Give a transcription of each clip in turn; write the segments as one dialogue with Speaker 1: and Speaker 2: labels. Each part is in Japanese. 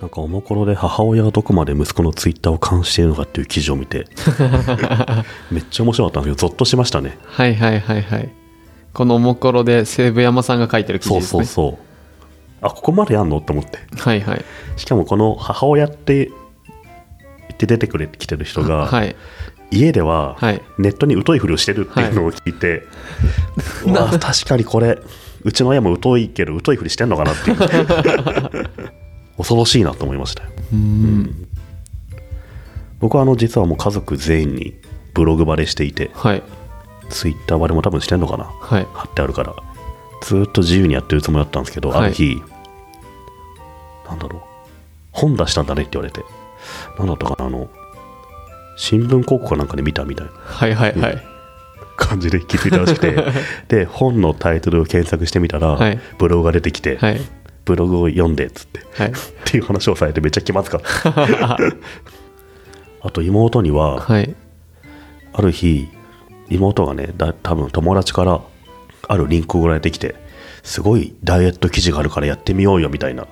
Speaker 1: なんかおもころで母親がどこまで息子のツイッターを監視しているのかっていう記事を見 てめっちゃ面白かったんですけどゾッとしましたね
Speaker 2: はいはいはいはいこのおもころで西武山さんが書いてる記事
Speaker 1: そう
Speaker 2: です
Speaker 1: そう
Speaker 2: ね
Speaker 1: そうあここまでやんのって思って
Speaker 2: はいはい
Speaker 1: しかもこの母親って言って出てくれてきてる人が、
Speaker 2: はい
Speaker 1: 家では
Speaker 2: はい
Speaker 1: ネットに疎いふりをしてるっていうのを聞いて、うわ確かにこれうちの親も疎いけど疎いふりしてんのかなっていう 恐ろしいなと思いましたよ
Speaker 2: うん
Speaker 1: 僕はあの実はもう家族全員にブログバレしていて
Speaker 2: はい
Speaker 1: ツイッターバレも多分してんのかな
Speaker 2: はい
Speaker 1: 貼ってあるからずーっと自由にやってるつもりだったんですけど、
Speaker 2: はい
Speaker 1: ある日なんだろう本出したんだねって言われてなんだったかなあの新聞広告かなんかで見たみたいな
Speaker 2: はいはいはい
Speaker 1: 感じで気づいたらしくて で本のタイトルを検索してみたら、
Speaker 2: はい
Speaker 1: ブログが出てきて、
Speaker 2: はい
Speaker 1: ブログを読んでっつって
Speaker 2: は
Speaker 1: っ
Speaker 2: い
Speaker 1: ていう話をされてめっちゃ気まずかった あと妹には
Speaker 2: はい
Speaker 1: ある日妹がねだ多分友達からあるリンクを送られてきてすごいダイエット記事があるからやってみようよみたいな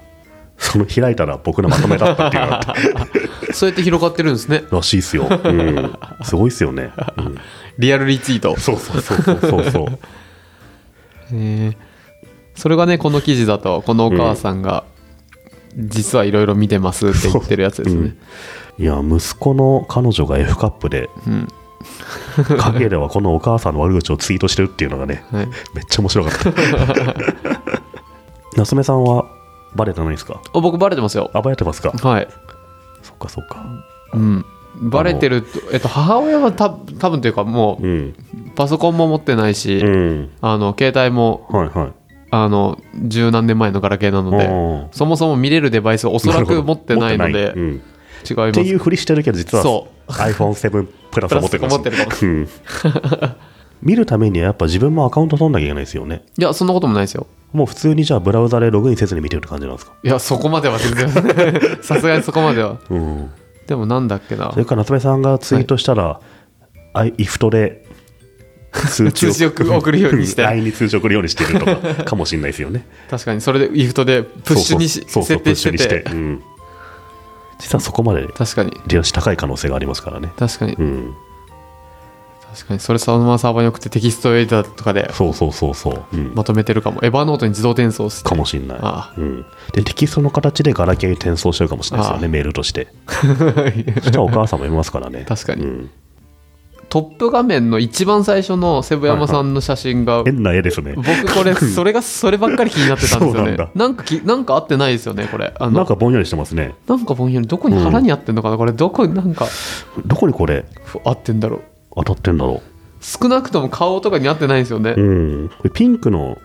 Speaker 1: その開いたら僕のまとめだったっていうのがあって
Speaker 2: そうやって広がってるんですね
Speaker 1: らしいっすよ、うん、すごいっすよね、うん、
Speaker 2: リアルリツイート
Speaker 1: そうそうそうそうそうそう
Speaker 2: へえそれがねこの記事だとこのお母さんが、実はいろいろ見てますって言ってるやつですね
Speaker 1: いや息子の彼女が F カップで、
Speaker 2: ん
Speaker 1: 陰ではこのお母さんの悪口をツイートしてるっていうのがね
Speaker 2: はい
Speaker 1: めっちゃ面白かった 夏目さんはバレてないですか
Speaker 2: お僕バレてますよ
Speaker 1: あバレてますか
Speaker 2: はい
Speaker 1: そっかそっか
Speaker 2: うんバレてると、えっと、母親はた多分というかも
Speaker 1: うん
Speaker 2: うパソコンも持ってないし、
Speaker 1: うん
Speaker 2: あの携帯も
Speaker 1: はいはい
Speaker 2: あの十何年前のガラケーなので
Speaker 1: おー
Speaker 2: そもそも見れるデバイスをおそら
Speaker 1: なる
Speaker 2: く
Speaker 1: ほど
Speaker 2: 持ってないので
Speaker 1: 持ってうん
Speaker 2: 違いま
Speaker 1: っ
Speaker 2: す
Speaker 1: ていうふりしてるけど実は
Speaker 2: そう
Speaker 1: iPhone7 プラスを持ってる
Speaker 2: プラスを持ってるかもし
Speaker 1: うん見るためにはやっぱ自分もアカウント取んなきゃいけないですよね
Speaker 2: いやそんなこともないですよ
Speaker 1: もう普通にじゃあブラウザでログインせずに見てるって感じなんですか
Speaker 2: いやそこまでは全 然さすがにそこまでは
Speaker 1: うん
Speaker 2: でもなんだっけな
Speaker 1: それから夏目さんがツイートしたら、あい、イフトで通
Speaker 2: 通知を送るようにして
Speaker 1: LINE に通知を送るようにしてるとかかもしれないですよ ね。
Speaker 2: 確かにそれで WIFT でプッシュにし
Speaker 1: そうそうそうそう
Speaker 2: 設定して
Speaker 1: プ
Speaker 2: て
Speaker 1: ッシュにしてうん実はそこまで
Speaker 2: 確かに
Speaker 1: 利用し高い可能性がありますからね。
Speaker 2: 確かに、
Speaker 1: うん、
Speaker 2: 確かにそれそのままサーバーに送ってテキストエディターとかで
Speaker 1: そうそうそうそう、うん
Speaker 2: まとめてるかもエヴァノートに自動転送して
Speaker 1: かもしれない
Speaker 2: ああ
Speaker 1: うん。で、テキストの形でガラケーに転送してるかもしれないですよね、
Speaker 2: ああ
Speaker 1: メールとして。そしたらお母さんも読みますからね。
Speaker 2: 確かに
Speaker 1: うん
Speaker 2: トップ画面の一番最初のセブヤマさんの写真が、
Speaker 1: 変な絵ですね。
Speaker 2: 僕 これそれがそればっかり気になってたんですよ
Speaker 1: そうな
Speaker 2: ね
Speaker 1: んだ
Speaker 2: なんかきなんか合ってないですよねこれあの
Speaker 1: なんかぼんやりしてますね。
Speaker 2: なんかぼんやりどこに腹に合ってんのかな、これどこになんか
Speaker 1: どこにこれ
Speaker 2: ふ合ってんだろう
Speaker 1: 当たってんだろう。
Speaker 2: 少なくとも顔とかに合ってないですよね、
Speaker 1: うん、これピンクの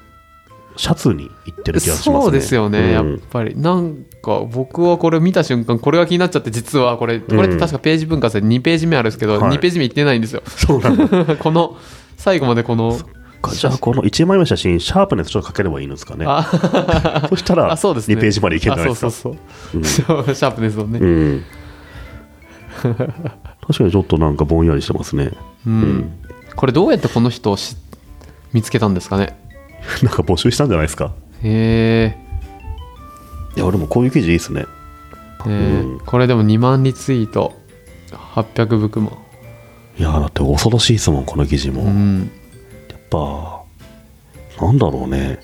Speaker 1: シャツにいってる気がしますね。
Speaker 2: そうですよね、
Speaker 1: うん
Speaker 2: やっぱりなんか僕はこれ見た瞬間これが気になっちゃって実はこれこれって確かページ分割で2ページ目あるんですけど、
Speaker 1: はい
Speaker 2: 2ページ目いってないんですよ
Speaker 1: そうなの
Speaker 2: この最後までこの
Speaker 1: かじゃあこの1枚目の写真シャープネスちょっとかければいいんですかね
Speaker 2: あ
Speaker 1: そしたら
Speaker 2: あそうですね
Speaker 1: 2ページまでいけるんじゃないですか
Speaker 2: あそうそう そう、シャープですもんね
Speaker 1: うん確かにちょっとなんかぼんやりしてますね
Speaker 2: うん、これどうやってこの人をし見つけたんですかね
Speaker 1: なんか募集したんじゃないですか
Speaker 2: へ
Speaker 1: いや俺もこういう記事いいですね
Speaker 2: えー
Speaker 1: うん
Speaker 2: これでも2万リツイート800ブクマ
Speaker 1: いやーだって恐ろしいですもんこの記事も、
Speaker 2: う
Speaker 1: やっ
Speaker 2: ん
Speaker 1: ぱなんだろうね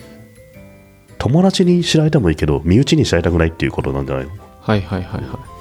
Speaker 1: 友達に知られてもいいけど身内に知られたくないっていうことなんじゃないの
Speaker 2: はいはいはいは